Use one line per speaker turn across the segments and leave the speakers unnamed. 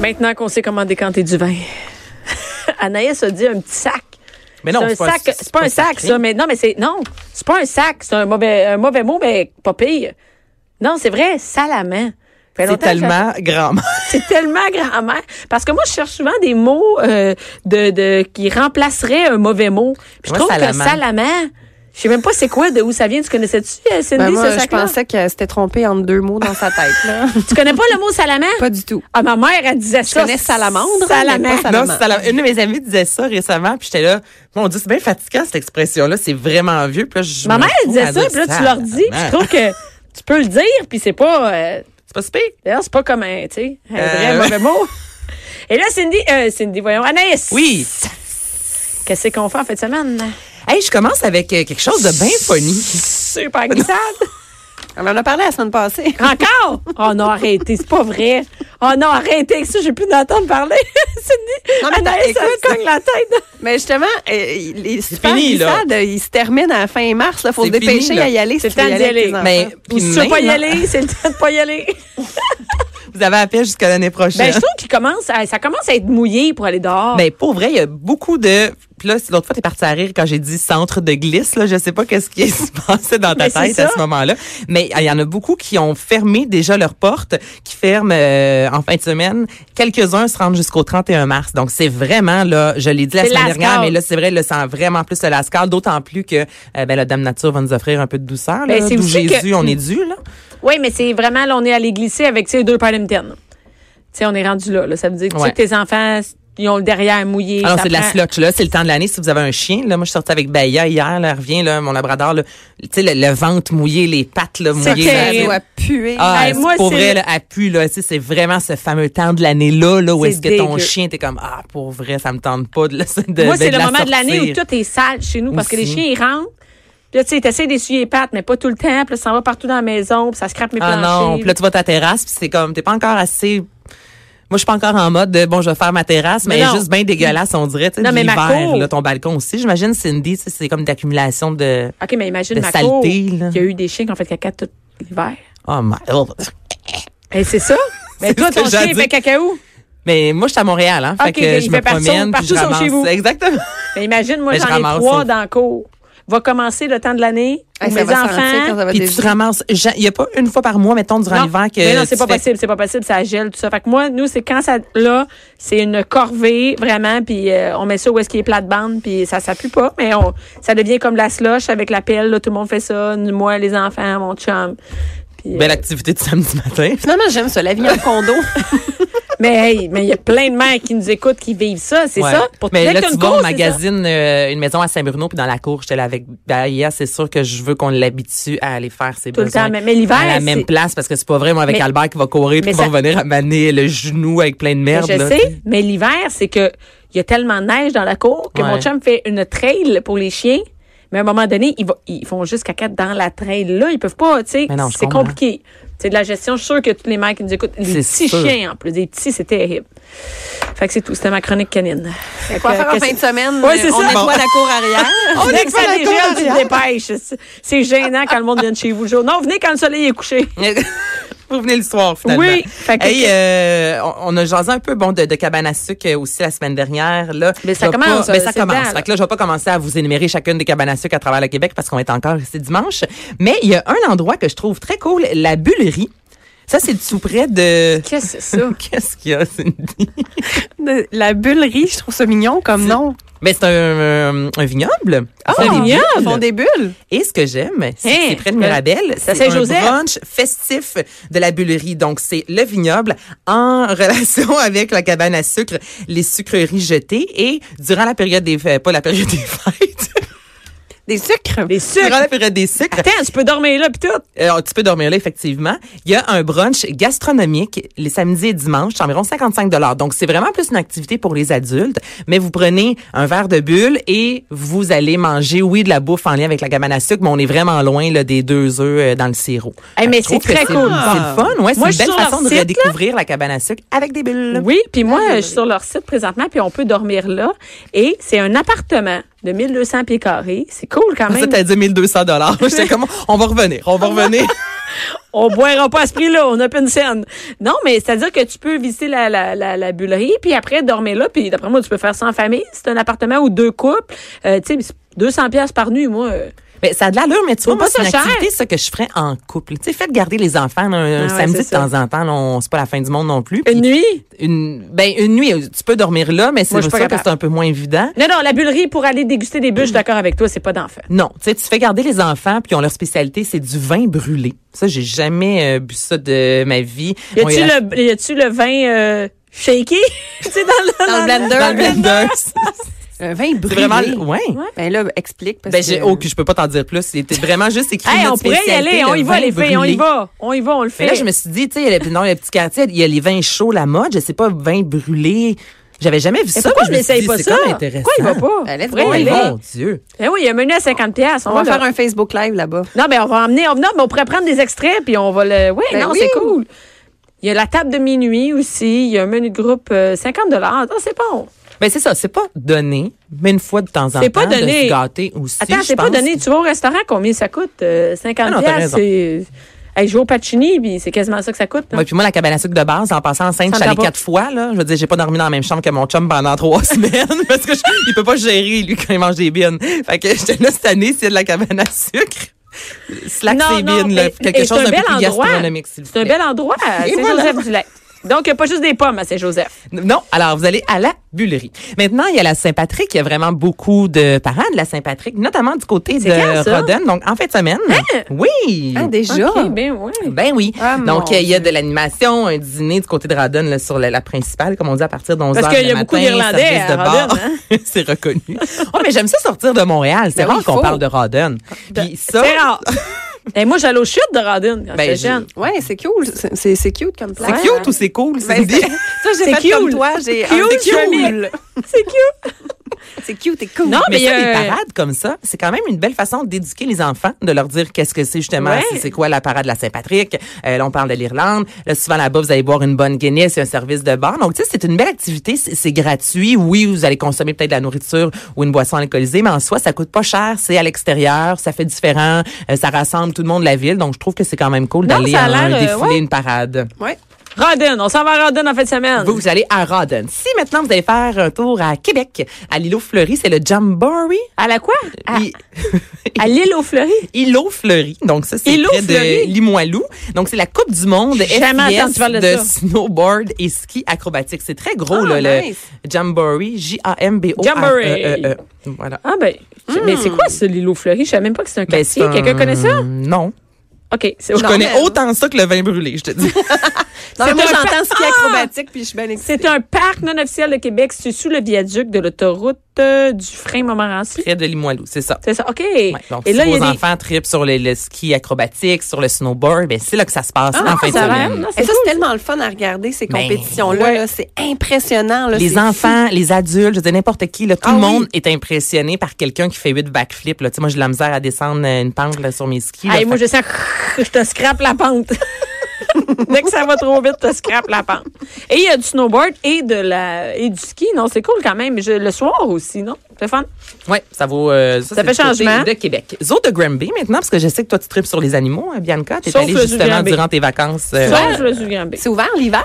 Maintenant qu'on sait comment décanter du vin, Anaïs a dit un petit sac.
Mais non,
c'est un sac. C'est pas un sac,
sacré.
ça. Mais non, mais c'est non, c'est pas un sac. C'est un mauvais, un mauvais mot, mais pas pire. Non, c'est vrai, salamand. Fait
C'est
longtemps que je-
tellement grand.
c'est tellement grand-mère. Parce que moi, je cherche souvent des mots euh, de, de qui remplaceraient un mauvais mot. Puis je
Moi,
trouve
salamand.
que salamand, je sais même pas c'est quoi, de où ça vient. Tu connaissais-tu, euh, Cindy,
Ben, moi,
ce
je
sac-là?
pensais que c'était trompé entre deux mots dans sa tête. Là.
Tu connais pas le mot salamand?
pas du tout.
Ah, ma mère, elle disait ça.
connais salamandre,
Salamand.
mais pas
Non,
Salamand.
c'est Salamand. Une de mes amies disait ça récemment, puis j'étais là, mon Dieu, c'est bien fatigant cette expression-là, c'est vraiment vieux. Puis là, je
Ma
me
mère, elle
retrouve
disait
à
ça,
dire
puis là, tu leur dis, puis je
Salamand.
trouve que tu peux le dire, puis c'est pas... euh,
C'est pas si pire.
D'ailleurs, c'est pas comme un, tu sais, un vrai
Euh,
mauvais mot. Et là, Cindy, euh, Cindy, voyons, Anaïs.
Oui.
Qu'est-ce qu'on fait en fin de semaine?
Hey, je commence avec euh, quelque chose de bien funny.
Super glissade.
On en a parlé la semaine passée.
Encore? On a arrêté, c'est pas vrai. On a arrêté avec ça, j'ai plus d'entendre parler. Cindy,
Non, mais attends,
Anaïs, ça
écoute,
me cogne la tête.
Mais justement, euh, les super
fini, là.
glissades, ils se terminent à la fin mars. Il faut se
C'est fini,
dépêcher
là.
à y aller. si
C'est
tu
le
veux
temps d'y
avec
aller.
tes enfants.
Mais
Ou
Ben, puis
si tu veux pas y
maintenant,
aller, c'est le temps de pas y aller.
Vous avez appel jusqu'à l'année prochaine.
Ben, je trouve qu'il commence à- ça commence à être mouillé pour aller dehors.
Mais Ben, pour vrai, il y a beaucoup de. Puis là, l'autre fois, t'es parti à rire quand j'ai dit centre de glisse. Là, je sais pas qu'est-ce qui se passait dans ta
Mais Ben, c'est
tête à
ça.
ce moment-là. Mais ah, il y en a beaucoup qui ont fermé déjà leurs portes, qui ferment euh, en fin de semaine. Quelques-uns se rendent jusqu'au 31 mars. Donc, c'est vraiment, là, je l'ai dit la
C'est
semaine
lascal.
dernière, mais là, c'est vrai, le sent vraiment plus le lascal. D'autant plus que euh, ben, la Dame Nature va nous offrir un peu de douceur.
Ben,
là,
c'est
D'où
aussi que-
Jésus, on est dû, là.
Oui, mais c'est vraiment, là, on est allé glisser avec, tu sais, deux palmitaines. Tu sais, on est rendu là, là. Ça veut dire, tu sais,
Ouais.
que tes enfants, ils ont le derrière mouillé.
Alors,
ça
c'est de la
prend-
slotch, là. C'est le temps de l'année. Si vous avez un chien, là, moi, je suis sortie avec Baya hier, là, elle revient, là, mon labrador, là. Tu sais, le, le ventre mouillé, les pattes, là,
C'est
mouillées. là.
Ben, Ça
terrible.
doit
Ben,
puer.
Ah,
Hey,
c'est
moi,
pour
c'est-
vrai, là, elle pue, là. Tu sais, c'est vraiment ce fameux temps de l'année, là, là, où
C'est
est-ce que ton
dégueu.
chien, t'es comme, ah, pour vrai, ça me tente pas de, de, de
Moi, c'est
de
le
la
moment de l'année où
sortir.
tout est sale chez nous parce que les
Aussi.
chiens, ils rentrent. Puis Là, tu sais, t'essayes d'essuyer les pattes, mais pas tout le temps. Puis là, ça en va partout dans la maison, puis ça scrape mes
Ah non,
planchers.
puis là, tu vas à ta terrasse, puis c'est comme, t'es pas encore assez. Moi, je suis pas encore en mode de, bon, je vais faire ma terrasse, mais,
Mais
elle est
non.
juste bien dégueulasse, on dirait. tu sais,
Non, mais ma
l'hiver,
cour-
là, ton balcon aussi. J'imagine, Cindy, tu sais, c'est comme d'accumulation de.
OK, mais imagine
de
ma cour.
saleté,
Il
là.
y a eu des chiens qui ont fait caca tout l'hiver.
Oh, my.
Et c'est ça. Mais
C'est
toi,
ce que
ton
j'ai
chien,
à
il
dire.
fait caca où?
Mais moi, je suis à Montréal, hein.
Ok,
fait que
il
je
fait
me
partout-
promène, puis je
partout sauf chez
ramasse.
vous.
Exactement.
Mais imagine, moi,
Mais je
j'en ai
ramasse
trois
ça.
dans la cour. Va commencer le temps de l'année. où
Hey,
mes
Eh, ça va
enfants.
sentir quand ça va
Puis tu te ramasses. ja- Il n'y a pas une fois par mois, mettons, durant
Non.
l'hiver que.
Mais non, c'est
tu
pas
fais-
possible, c'est pas possible, ça gèle tout ça. Fait que moi, nous, c'est quand ça là, c'est une corvée vraiment, puis euh, on met ça où est-ce qu'il est plate bande, puis ça s'appuie pas, mais on, ça devient comme la slush avec la pelle, là, tout le monde fait ça, nous, moi, les enfants, mon chum. Puis, euh,
Belle activité du ben, samedi matin.
Finalement, j'aime ça, la vie en condo.
mais hey, mais il y a plein de mères qui nous écoutent, qui vivent ça, c'est
Ouais.
ça. Pour
Mais
dès
là,
que t'as
tu
une
vas
cause,
au
c'est ça.
magazine, euh, une maison à Saint-Bruno, puis dans la cour, j'étais là avec Bahia. C'est sûr que je veux qu'on l'habitue à aller faire ses
Tout le
besoins
temps, mais- mais l'hiver,
À la même
c'est-
place, parce que c'est pas vrai, moi, avec
Mais-
Albert qui va courir,
mais
puis qui va
ça-
venir amener le genou avec plein de
Mais
merde.
je
là, tu
sais, mais l'hiver, c'est que il y a tellement de neige dans la cour que
Ouais.
mon chum fait une trail pour les chiens. Mais à un moment donné, ils, va- ils font jusqu'à quatre dans la trail. Là, ils peuvent pas, tu sais,
Mais non, je
c'est
comprends.
compliqué. C'est de la gestion. Je suis sûre que tous les mecs qui nous écoutent, les
C'est
petits
sûr.
chiens en plus, les petits, c'est terrible. Fait que c'est tout. C'était ma chronique canine. Fait que,
Quoi faire en
qu'est-ce-
fin de semaine?
Ouais, c'est
on
ça.
nettoie la cour arrière.
On est que ça
la cour
dégèle, tu te dépêches. C'est- C'est gênant quand le monde vient de chez vous le jour. Non, venez quand le soleil est couché.
Vous venez le soir, finalement.
Oui. Fait que-
Hey, euh, on- on a jasé un peu bon de, de cabane à sucre euh, aussi la semaine dernière. Là.
Mais ça
Je vais pas-
commence,
ben,
euh,
ça
c'est
commence.
dedans, là.
Fait que là, je vais pas commencer à vous énumérer chacune des cabanes à sucre à travers le Québec parce qu'on est encore ici dimanche. Mais il y a un endroit que je trouve très cool, la Bullerie. Ça, c'est tout près de...
Qu'est-ce que c'est ça?
Qu'est-ce qu'il y a, Cindy?
De- La bullerie, je trouve ça mignon comme nom. Oh,
Ben, c'est un, euh, un vignoble.
Ah,
C'est un vignoble.
Ils font des bulles.
Et ce que j'aime, c'est
Hein?
que c'est près de Mirabel.
Ça,
C'est
c'est
un
Joseph.
brunch festif de la Bullerie. Donc, c'est le vignoble en relation avec la cabane à sucre, les sucreries jetées. Et durant la période des fêtes, pas la période des fêtes,
Des sucres.
Les
Durant
sucres.
la période des sucres,
Attends, tu peux dormir là, puis tout.
Euh, tu peux dormir là, effectivement. Il y a un brunch gastronomique les samedis et dimanches, c'est environ 55 Donc, c'est vraiment plus une activité pour les adultes. Mais vous prenez un verre de bulle et vous allez manger, oui, de la bouffe en lien avec la cabane à sucre, mais on est vraiment loin là, des deux œufs euh, dans le sirop.
Eh, mais
Je trouve
c'est
que
très cool.
C'est le fun, ouais. C'est
Moi, je
une
suis
belle
sur leur
façon de
site, là.
redécouvrir la cabane à sucre avec des bulles.
Oui, puis moi, je suis sur leur site présentement, puis on peut dormir là. Et c'est un appartement de 1200 pieds carrés. C'est cool quand
Ah, Ça,
même.
t'as dit 1200 dollars. J'étais comme, on va revenir, on va revenir.
on boira pas à ce prix-là, on n'a pas une scène. Non, mais c'est-à-dire que tu peux visiter la, la, la, la bullerie, puis après dormir là, puis d'après moi, tu peux faire ça en famille. C'est un appartement ou deux couples. Euh, tu sais, 200 pièces par nuit, moi. euh,
Mais Ben, ça a de l'allure, mais tu
Faut
vois, moi,
pas
c'est une
ça cher.
activité, ça, que je ferais en couple. Tu sais, faites garder les enfants là, un, un
Ah ouais,
samedi de
c'est ça.
temps en temps. là, on- C'est pas la fin du monde non plus. Puis
Une nuit?
une- ben, une nuit, euh, tu peux dormir là, mais
Moi,
c'est
je suis
sûr
pas
que
capable.
c'est un peu moins évident.
Non, non, la bullerie pour aller déguster des bûches, je
Mm.
suis d'accord avec toi, c'est pas d'enfant.
Non, tu sais, tu fais garder les enfants, puis ils ont leur spécialité, c'est du vin brûlé. Ça, j'ai jamais euh, bu ça de ma vie.
Y
On
a-tu
a-
le, y a-tu le vin euh, shaky? tu sais, dans le,
Dans le blender.
Dans le blender.
Un vin
C'est
brûlé.
vraiment, ouais.
Ben là, explique. Parce
Ben,
que-
j'ai, oh, que je peux pas t'en dire plus. C'était vraiment juste écrit.
Hey,
notre
on pourrait y
spécialité,
aller, on
le
y va
vin
les filles, on y
brûlé.
va. On y va, on le fait.
Mais là, je me suis dit, tu sais, il y a les- non, il y a le petit quartier, il y a les vins chauds, la mode, je sais pas, vins brûlés. J'avais jamais vu
Mais
ça.
pourquoi
puis
je
me suis
n'essaye
dit,
pas
c'est
ça?
quand même intéressant.
Pourquoi il va pas?
Ben, let's
Pourrait
go,
y
Oh,
aller.
mon Dieu.
Ben oui, il y a un menu à 50 pièces.
On va
là.
faire un Facebook Live là-bas.
Non, mais on va emmener. on- Non, mais on pourrait prendre des extraits puis on va le. Oui,
Ben
non,
oui.
c'est cool. Il y a la table de minuit aussi. Il y a un menu de groupe euh, 50 dollars. c'est bon.
Ben, c'est ça, c'est pas donné, mais une fois de temps en temps.
C'est pas donné.
De se gâter aussi.
Attends,
je
c'est pas
pense.
donné. Tu vas au restaurant, combien ça coûte? Euh, 50
Ah non, t'as
pièces.
raison.
C'est. Hey, je vais au Pacini puis c'est quasiment ça que ça coûte. hein. là.
Ouais, puis moi, la cabane à sucre de base, en passant enceinte,
Ça
j'allais
t'a pas-
quatre fois, là. Je veux dire, j'ai pas dormi dans la même chambre que mon chum pendant trois semaines, parce que je- il peut pas gérer, lui, quand il mange des bines. Fait que j'étais là cette année, s'il y a de la cabane à sucre. Slack
Non,
ses
non,
bines, là.
mais-
Quelque
et
chose
c'est un
d'un peu
bel
plus
endroit.
gastronomique, s'il vous
C'est un
plaît.
bel endroit à
Et
Saint-Joseph-du-Lac. Donc, il n'y a pas juste des pommes à Saint-Joseph.
Non, alors vous allez à la Bullerie. Maintenant, il y a la Saint-Patrick. Il y a vraiment beaucoup de parents de la Saint-Patrick, notamment du côté
C'est quand,
de
ça? Hein?
Rodden. Donc, en fin de semaine. Oui.
Ah, déjà.
OK, ben oui.
Ben oui.
Ah, mon
Donc, il y a de l'animation, un dîner du côté de Radon là, sur la, la principale, comme on dit, à partir de 11h
Parce qu'il y a beaucoup d'Irlandais à hein? Radon,
C'est reconnu. Oh, mais j'aime ça sortir de Montréal. C'est
Ben oui,
rare
il
qu'on
faut.
parle de Radon. Puis ça,
Ben, C'est rare. Et moi, j'allais aux chutes de Radin quand
Ben,
j'étais
j'ai-
jeune.
Ouais, c'est cool. C'est- C'est c'est cute comme place.
c'est
Ouais.
cute ou c'est cool?
Ben,
Cindy?
c'est- ça, j'ai
C'est
fait comme
cute.
toi. J'ai
Cute,
un- c'est
Camille. C'est cute.
C'est cute et cool.
Non,
mais
mais
euh,
il y
ça, les
a-
parades comme ça, c'est quand même une belle façon d'éduquer les enfants, de leur dire qu'est-ce que c'est justement,
Ouais.
c'est- c'est quoi la parade de la Saint-Patrick. Euh, là, on parle de l'Irlande. Là, souvent là-bas, vous allez boire une bonne Guinness et un service de bar. Donc, tu sais, c'est une belle activité, c'est c'est gratuit. Oui, vous allez consommer peut-être de la nourriture ou une boisson alcoolisée, mais en soi, ça coûte pas cher. C'est à l'extérieur, ça fait différent, euh, ça rassemble tout le monde de la ville. Donc, je trouve que c'est quand même cool
Non,
d'aller
ça
à
a
un
l'air, euh,
défilé,
ouais.
une parade.
Ouais.
Rodin, on s'en va à Rodin en fin de semaine.
Vous, vous allez à Rodden. Si maintenant vous allez faire un tour à Québec, à l'îlot Fleury, c'est le Jamboree.
À la quoi? À,
Il-
à l'île aux fleuries?
Îlot Fleury. Donc, ça, c'est
Îlot
près de
Fleuri.
Limoilou. Donc, c'est la Coupe du monde
Jamais
FIS
entendu parler de
de
ça.
snowboard et ski acrobatique. C'est très gros,
Ah,
là,
nice.
le Jamboree. J-A-M-B-O.
Jamboree.
E Voilà.
Ah ben, mais c'est quoi ça, l'île aux fleuries? Je savais même pas que c'est un
Ben,
quartier.
c'est un-
Quelqu'un connaît ça?
Non.
OK, c'est
Je connais
mais-
autant ça que le vin brûlé, je te dis.
Non,
C'est
mais moi,
un-
j'entends ski acrobatique puis je suis bien excitée.
C'est un parc non officiel de Québec. C'est sous le viaduc de l'autoroute euh, du frein Montmorency.
près de Limoilou, c'est ça.
C'est ça, OK.
Ouais, donc,
Et là,
si
il y
vos
a des...
enfants tripent sur le, le ski acrobatique, sur le snowboard, ben, c'est là que ça se passe en fin de
Ah, ça va?
semaine.
Non,
Et
c'est
ça,
cool.
c'est tellement le fun à regarder, ces
Ben,
compétitions-là.
ouais.
là. c'est impressionnant. Là,
Les
C'est
enfants, les adultes, je veux dire, n'importe qui, là, tout
Ah
le
oui.
monde est impressionné par quelqu'un qui fait huit backflips. Là. Tu sais, moi, j'ai de la misère à descendre euh, une pente là, sur mes skis. là.
Hey, moi,
Fait
je sens que je te scrape la pente. Dès que ça va trop vite, je te scrape la pente. Et il y a du snowboard et, de la, et du ski. Non, c'est cool quand même. Je- le soir aussi, non? C'est fun.
que, ouais, ça vaut. euh,
Ça
ça c'est
fait
du côté
changement.
De Québec. Zoo de Granby maintenant, parce que je sais que toi, tu tripes sur les animaux, hein, Bianca. T'es
Sauf
allée
le zoo de
justement
Granby.
durant tes vacances. euh,
Sauf le Zugrambé.
C'est ouvert l'hiver.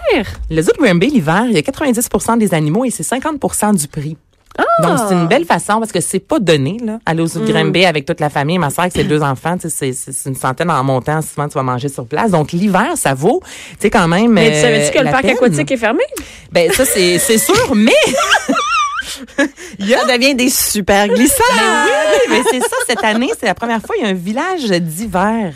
Le zoo de Granby, l'hiver, il y a 90 des animaux et c'est 50 du prix.
Ah!
Donc, c'est une belle façon parce que c'est pas donné, là. Aller au zoo
Mm.
de Granby avec toute la famille, ma soeur, ses deux enfants, tu sais, c'est- c'est c'est une centaine en montant, souvent tu vas manger sur place. Donc, l'hiver, ça vaut, tu sais, quand même.
Mais tu savais-tu que
euh,
le
la
parc
peine.
aquatique est fermé?
Ben, ça, c'est c'est sûr, mais.
Ça devient des super glissades.
Ben
Mais oui, mais c'est ça, cette année, c'est la première fois, il y a un village d'hiver.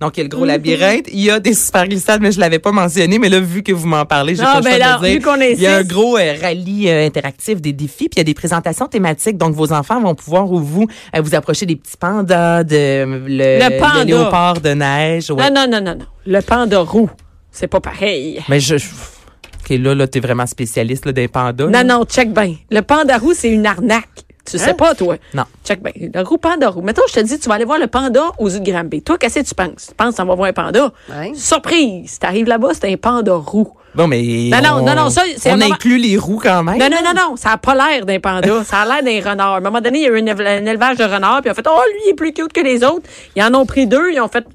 Donc, il y a le
Mm-hmm.
gros labyrinthe. Il y a des super glissades, mais je l'avais pas mentionné. Mais là, vu que vous m'en parlez, j'ai
Ah,
pas le
ben
choix de
là,
le dire.
vu qu'on
Il y a un
insiste.
gros euh, rallye euh, interactif des défis, puis il y a des présentations thématiques. Donc, vos enfants vont pouvoir ou vous euh, vous approcher des petits pandas, de euh, le,
Le panda.
léopard de neige. ouais.
Non, non, non, non, non. Le panda roux, c'est pas pareil.
Mais je... je- OK, là, là t'es vraiment spécialiste là, des pandas. là.
Non, non, check bien. Le panda roux, c'est une arnaque. Tu sais pas, toi.
Hein? Non.
Check bien. Le roux panda roux. Mettons, je te dis, tu vas aller voir le panda aux yeux de Granby. Toi, qu'est-ce que tu penses? Tu penses qu'on va voir un panda?
Ouais.
Surprise! T'arrives là-bas, c'est un panda roux.
Bon, mais...
Non, non,
on-
non, non, ça, c'est un
On
moment-
inclut les roues quand même.
Non, non, non, non, ça a pas l'air d'un panda, ça a l'air d'un renard. À un moment donné, il y a eu une éve- un élevage de renards, puis on fait Oh, lui, il est plus cute que les autres. Ils en ont pris deux, ils ont fait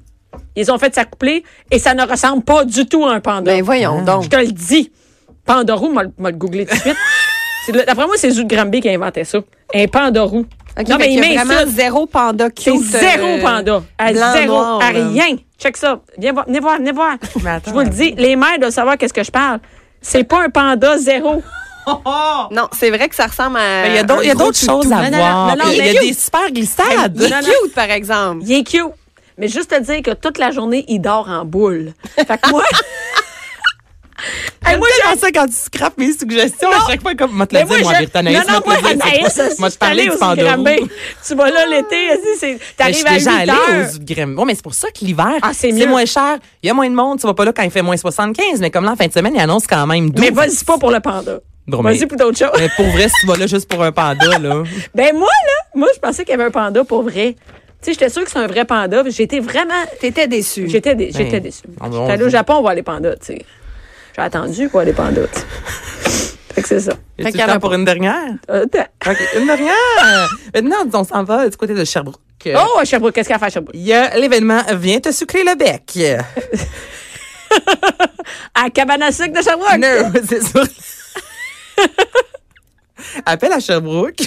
ils ont fait s'accoupler et ça ne ressemble pas du tout à un panda. Ah.
Ben voyons
Je
donc.
te le dis. Pandorou, m'a m'a le googlé tout de suite. C'est le- D'après moi, c'est Jules Gramby qui a inventé ça. Un pandorou.
Ok,
non,
fait
mais il
qu'il y a
m'insulte.
vraiment zéro panda cute.
C'est zéro
euh,
panda. À
blanc,
zéro.
noir,
à
là.
rien. Check ça. Viens voir, venez voir, venez voir.
Mais attends.
Je vous le dis, les mères doivent savoir qu'est-ce que je parle. C'est pas un panda zéro.
Non, c'est vrai que ça ressemble à.
Mais Ben, Il y a d'autres- il y a
un gros
d'autres choses
toutou.
à
non,
voir.
non, non,
Il y
mais
a
cute.
des super
Ah,
glissades.
Il est cute, par exemple.
Il est cute. Mais juste te dire que toute la journée, il dort en boule. Fait que moi. Hey, moi,
moi,
j'ai-
j'aime ça quand tu scrapes mes suggestions à chaque fois comme moi te le
Mais
dire
moi,
moi
je-
Britt Anaïs,
Non, non,
moi, te
moi,
le dire, c'est
Anaïs,
quoi?
je
moi
suis
te parler
allée
du
au Granby.
pandorou.
Tu vas là l'été, si c'est-
Ah. Mais je suis
t'arrives à 8
déjà allée
heures.
aux zoo de Granby. Ouais, Oh, mais c'est pour ça que l'hiver,
Ah, c'est
c'est
mieux.
moins cher. Il y a moins de monde. Tu vas pas là quand il fait moins 75, mais comme là, en fin de semaine, il annonce quand même 12.
Mais vas-y pas pour le panda.
Bon, mais-
vas-y pour d'autres choses.
Mais pour vrai, si tu vas là juste pour un panda, là.
Ben moi, là, moi, je pensais qu'il y avait un panda pour vrai. Tu sais, j'étais sûre que c'est un vrai panda. J'étais vraiment...
T'étais déçu.
J'étais dé- j'étais
Ben,
déçue.
on-
J'étais allée au Japon voir les pandas, tu sais. J'ai attendu pour voir les pandas, tu sais. Fait que c'est ça.
Fait
qu'il y en a
pour
pas.
une dernière?
Euh, t'as-
OK, une dernière. Maintenant, on s'en va du côté de Sherbrooke.
Oh, à Sherbrooke, qu'est-ce qu'il y a à faire à Sherbrooke?
Il y a l'événement Viens te sucrer le bec.
À Cabana Sucre de Sherbrooke!
Non, c'est sûr. Appel à Sherbrooke.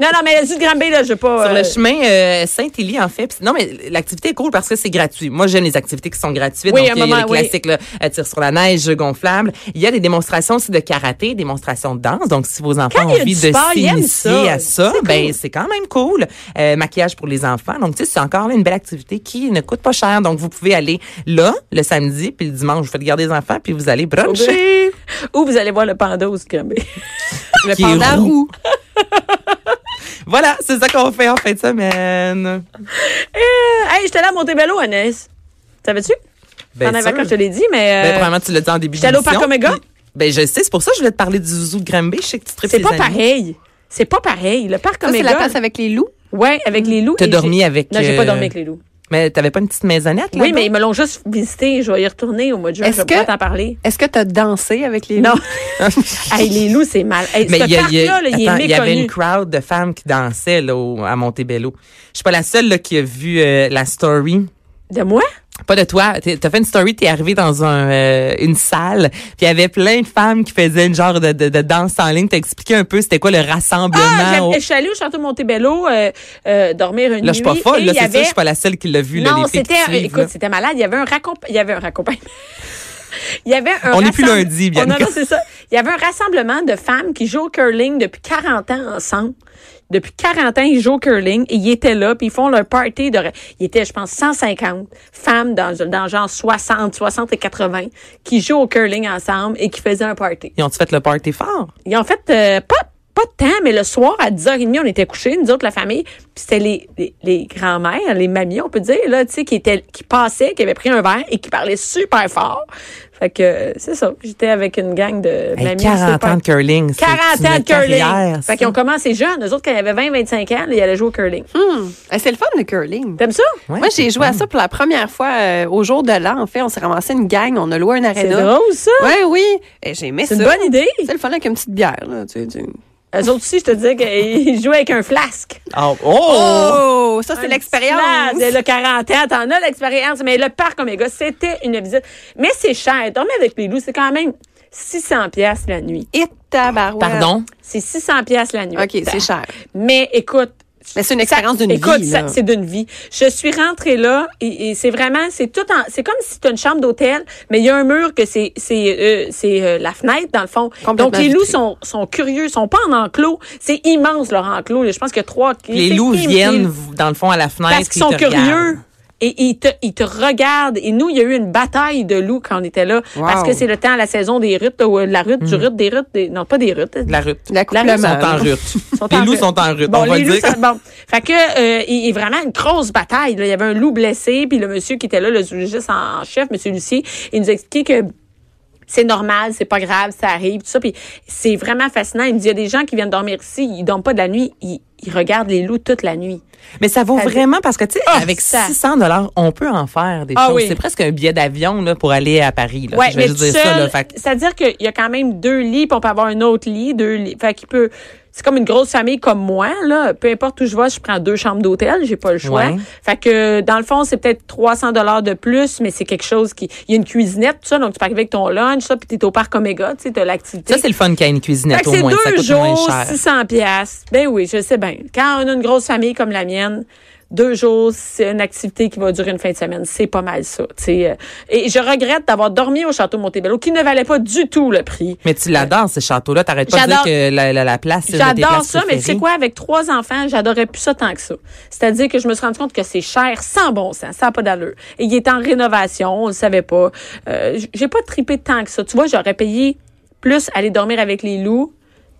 Non, non, mais du Granby, là, je veux pas...
Sur
euh,
le chemin euh, Saint-Élie, en fait. Puis- Non, mais l'activité est cool parce que c'est gratuit. Moi, j'aime les activités qui sont gratuites.
Oui,
donc,
à un
il y a
moment,
les
oui.
classiques, là, euh, tir sur la neige, jeux gonflables. Il y a des démonstrations aussi de karaté, démonstrations de danse. Donc, si vos enfants
Quand
ont
il y a
envie
du
de
sport, ils aiment
s'initier
ça.
à ça,
C'est cool.
ben c'est quand même cool. Euh, maquillage pour les enfants. Donc, tu sais, c'est encore là, une belle activité qui ne coûte pas cher. Donc, vous pouvez aller là, le samedi, puis le dimanche, vous faites garder les enfants, puis vous allez bruncher.
Ou vous allez voir le panda au Granby.
Le
Qui est
panda
roux.
roux.
Voilà, c'est ça qu'on fait en fin de semaine.
Euh, hey, j'étais là à Montebello, Anaïs. Savais-tu?
Ben,
Pendant les
sûr.
vacances, je te l'ai dit,
Ben,
mais. euh,
probablement, tu l'as dit en début
j'étais allée au
d'émission.
Parc Omega.
Puis- Ben, je sais, c'est pour ça que je voulais te parler du zoo de Granby. Je sais que tu tripes
c'est
les
pas
animaux.
pareil. C'est pas pareil. Le parc
Ça, c'est
Omega.
la place avec les loups.
Ouais, avec les loups.
T'as
et
dormi
j'ai-
avec,
Non, j'ai
euh,
pas dormi avec les loups.
Mais t'avais pas une petite maisonnette, là?
Oui, mais ils me l'ont juste visité. Je vais y retourner au mois de juin.
Est-ce
Je vais pas
que-
t'en parler.
Est-ce que t'as dansé avec les loups?
Non. hey, les loups, c'est mal. Hey,
Mais
ce
il y, a- il y a-
parc-là, là, il
attends,
est
il y avait une
méconnu.
crowd de femmes qui dansaient là, au- à Montebello. Je suis pas la seule là, qui a vu euh, la story.
De moi?
Pas de toi. T'es- T'as fait une story, t'es arrivé dans un, euh, une salle, puis il y avait plein de femmes qui faisaient une genre de, de, de danse en ligne. T'as expliqué un peu c'était quoi le rassemblement.
Ah, j'aime-
au-
je suis allée au château Montebello euh, euh, dormir une nuit.
Là, je suis pas folle,
et
là,
il y
c'est ça,
avait-
je suis pas la seule qui l'a vu, là,
Non,
les filles qui
c'était
suivent, là.
écoute, c'était malade, il y avait un raccomp- il y avait un raccompagnement. Il y avait un
On est plus
rassemble-
lundi,
Oh, non,
Bianca.
non, c'est ça. Il y avait un rassemblement de femmes qui jouent au curling depuis 40 ans ensemble. Depuis 40 ans, ils jouent au curling et ils étaient là, puis ils font leur party de. Ils étaient, je pense, 150 femmes dans, dans genre 60, 60 et 80 qui jouent au curling ensemble et qui faisaient un party.
Ils ont-tu fait le party fort?
Et en fait, euh, pas, pas de temps, mais le soir, à 10h30, on était couchés, nous autres, la famille. Puis c'était les, les, les grands-mères, les mamies, on peut dire, là, tu sais, qui, étaient- qui passaient, qui avaient pris un verre et qui parlaient super fort. Fait que, euh, c'est ça. J'étais avec une gang de
Hey,
mamies.
40
super-
ans de curling. c'est
40
une
ans de curling.
carrière, ça.
Fait qu'ils ont commencé jeunes. Eux autres, quand ils avaient 20, 25 ans, là, ils allaient jouer au curling.
Hmm. Ah, C'est le fun, le curling.
T'aimes ça?
Hum. Ouais,
Moi,
c'est
j'ai joué à
fun.
ça pour la première fois euh, au jour de l'an. En fait, on s'est ramassé une gang, on a loué un
C'est
aréna.
drôle, ça?
Ouais, oui. Et j'ai aimé
C'est
ça.
une bonne idée.
C'est le fun avec une petite bière. Là, tu sais, tu-
Eux autres aussi, je te disais qu'ils jouaient avec un flasque.
Oh!
Oh, ça, c'est
Un
l'expérience.
petit blase, Le 40 ans, t'en as l'expérience. Mais le parc Omega, c'était une visite. Mais c'est cher. Dormir avec les loups, c'est quand même 600 pièces la nuit.
Et tabarouette.
Pardon?
C'est 600 pièces la nuit. Ben,
OK, c'est cher.
Mais écoute.
Mais c'est une
ça-
expérience d'une
Écoute,
vie,
ça-
là.
c'est d'une vie. Je suis rentrée là et, et c'est vraiment, c'est tout en, c'est comme si tu une chambre d'hôtel, mais il y a un mur que c'est, c'est, euh, c'est euh, la fenêtre dans le fond.
Complètement
Donc les loups
vitré.
sont, sont curieux, sont pas en enclos. C'est immense leur enclos. Je pense qu'il y a trois.
Les
c'est
loups
im-
viennent, dans le fond, à la fenêtre.
parce qu'ils
et
sont
te regardent.
curieux. et ils te, ils te regardent. Et nous, il y a eu une bataille de loups quand on était là,
Wow.
parce que c'est le temps, la saison des rutes, là, ou euh, la rute, du rute, des rutes, des- non, pas des rutes.
Hmm. La rute.
La coupe
La
le
rue
Ils sont en
mal.
rute.
Sont
les
en
loups
rute.
sont en rute,
Bon,
on va
les
le
loups,
dire.
ça- bon. Fait que, euh, il y a vraiment une grosse bataille. là. Il y avait un loup blessé, puis le monsieur qui était là, le zoologiste en chef, monsieur Lucier, il nous a expliqué que c'est normal, c'est pas grave, ça arrive, tout ça. Puis c'est vraiment fascinant. Il me dit, il y a des gens qui viennent dormir ici, ils dorment pas de la nuit, ils, ils regardent les loups toute la nuit.
Mais ça vaut
Ça-
vraiment parce que tu sais
Ah,
avec
ça-
600 dollars, on peut en faire des
Ah
choses.
oui.
C'est presque un billet d'avion là pour aller à Paris là.
Ouais,
Je vais
mais
juste
tout
dire ça là,
seul,
fait que-
c'est-à-dire qu'il y a quand même deux lits, puis on peut avoir un autre lit, deux lits. Fait qu'il peut... C'est comme une grosse famille comme moi, là. Peu importe où je vais, je prends deux chambres d'hôtel, j'ai pas le choix.
Ouais.
Fait que, dans le fond, c'est peut-être 300 dollars de plus, mais c'est quelque chose qui... Il y a une cuisinette, tout ça, donc tu peux arriver avec ton lunch, ça, puis t'es au parc Omega, tu sais, t'as l'activité.
ça c'est le fun qu'il y ait une cuisinette
Fait
au
que
moins, ça
c'est deux
coûte moins
jours,
cher.
600 pièces. Ben oui, je sais bien. Quand on a une grosse famille comme la mienne, deux jours, c'est une activité qui va durer une fin de semaine. C'est pas mal ça. tu sais. Euh, Et je regrette d'avoir dormi au château Montebello, qui ne valait pas du tout le prix.
Mais tu l'adores ce château là, t'arrêtes pas de dire
J'adore-
que la, la- la place c'est une de tes
J'adore
places
ça, mais tu sais
préférées.
quoi, avec trois enfants, j'adorais plus ça tant que ça. C'est-à-dire que je me suis rendu compte que c'est cher, sans bon sens, ça n'a pas d'allure. Et il est en rénovation, on le savait pas. Euh, j- J'ai pas tripé tant que ça. Tu vois, j'aurais payé plus aller dormir avec les loups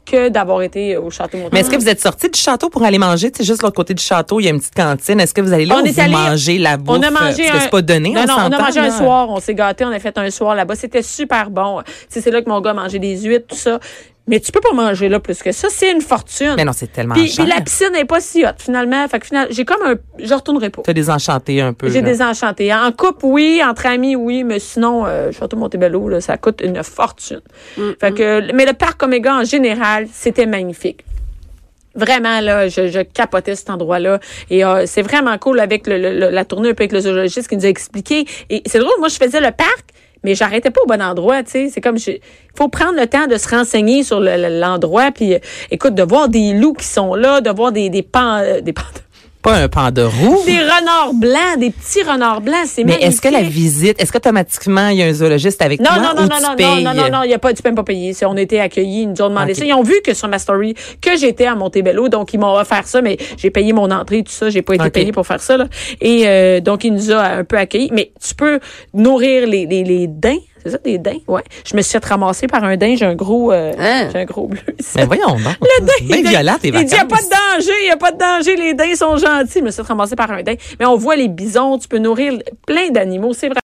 que d'avoir été au château Montebello.
Mais est-ce que vous êtes sorti du château pour aller manger? Tu sais, juste l'autre côté du château, il y a une petite cantine. Est-ce que vous allez là
On
ou
est
vous
allé-
mangez la bouffe?
On a mangé
Parce que
un...
c'est pas donné,
Non,
on
non, on a
s'entend,
mangé un
là.
soir, on s'est gâté, on a fait un soir là-bas, c'était super bon. Tu sais, c'est là que mon gars mangeait des huîtres, tout ça. Mais tu peux pas manger là plus que ça, c'est une fortune.
Mais non, c'est tellement
puis,
cher.
puis la piscine n'est pas si haute finalement, fait que finalement, j'ai comme un je retournerai pas.
T'as désenchanté un peu.
J'ai
là.
désenchanté. En couple, oui. Entre amis, oui. Mais sinon, euh, Château Montebello, là, ça coûte une fortune. fait que, mais le parc Omega, en général, c'était magnifique. Vraiment, là, je, je capotais cet endroit-là. Et euh, c'est vraiment cool avec le- le- le- la tournée un peu avec le zoologiste qui nous a expliqué. Et c'est drôle, moi, je faisais le parc, mais j'arrêtais pas au bon endroit, tu sais. C'est comme, il faut prendre le temps de se renseigner sur le- le- l'endroit. Puis, euh, écoute, de voir des loups qui sont là, de voir des, des pans... euh, des pans
Pas un panda roux.
des renards blancs, des petits renards blancs, c'est
Mais est-ce
magnifique.
que la visite, est-ce qu'automatiquement, il y a un zoologiste avec
non,
toi
non,
ou
non, non,
tu
non, non,
payes?
non, non, non, il y a pas, tu peux même pas payer. C'est- On a été accueillis, ils nous ont demandé
Ok.
ça. Ils ont vu que sur ma story, que j'étais à Montebello, donc ils m'ont offert ça, mais j'ai payé mon entrée, tout ça, j'ai pas été
Ok.
payé pour faire ça, là. Et, euh, donc, ils nous ont un peu accueillis. Mais tu peux nourrir les, les, les daims. C'est ça, des daims? Ouais. Je me suis fait ramasser par un daim, j'ai un gros, euh,
Hein?
j'ai un gros bleu. ici.
Mais Ben voyons donc.
Le daim,
C'est bien
il dit-
violent, tes
Il
vacances.
dit, il n'y a pas de danger, il n'y a pas de danger, les daims sont gentils. Je me suis fait ramasser par un daim. Mais on voit les bisons, tu peux nourrir plein d'animaux, c'est vrai.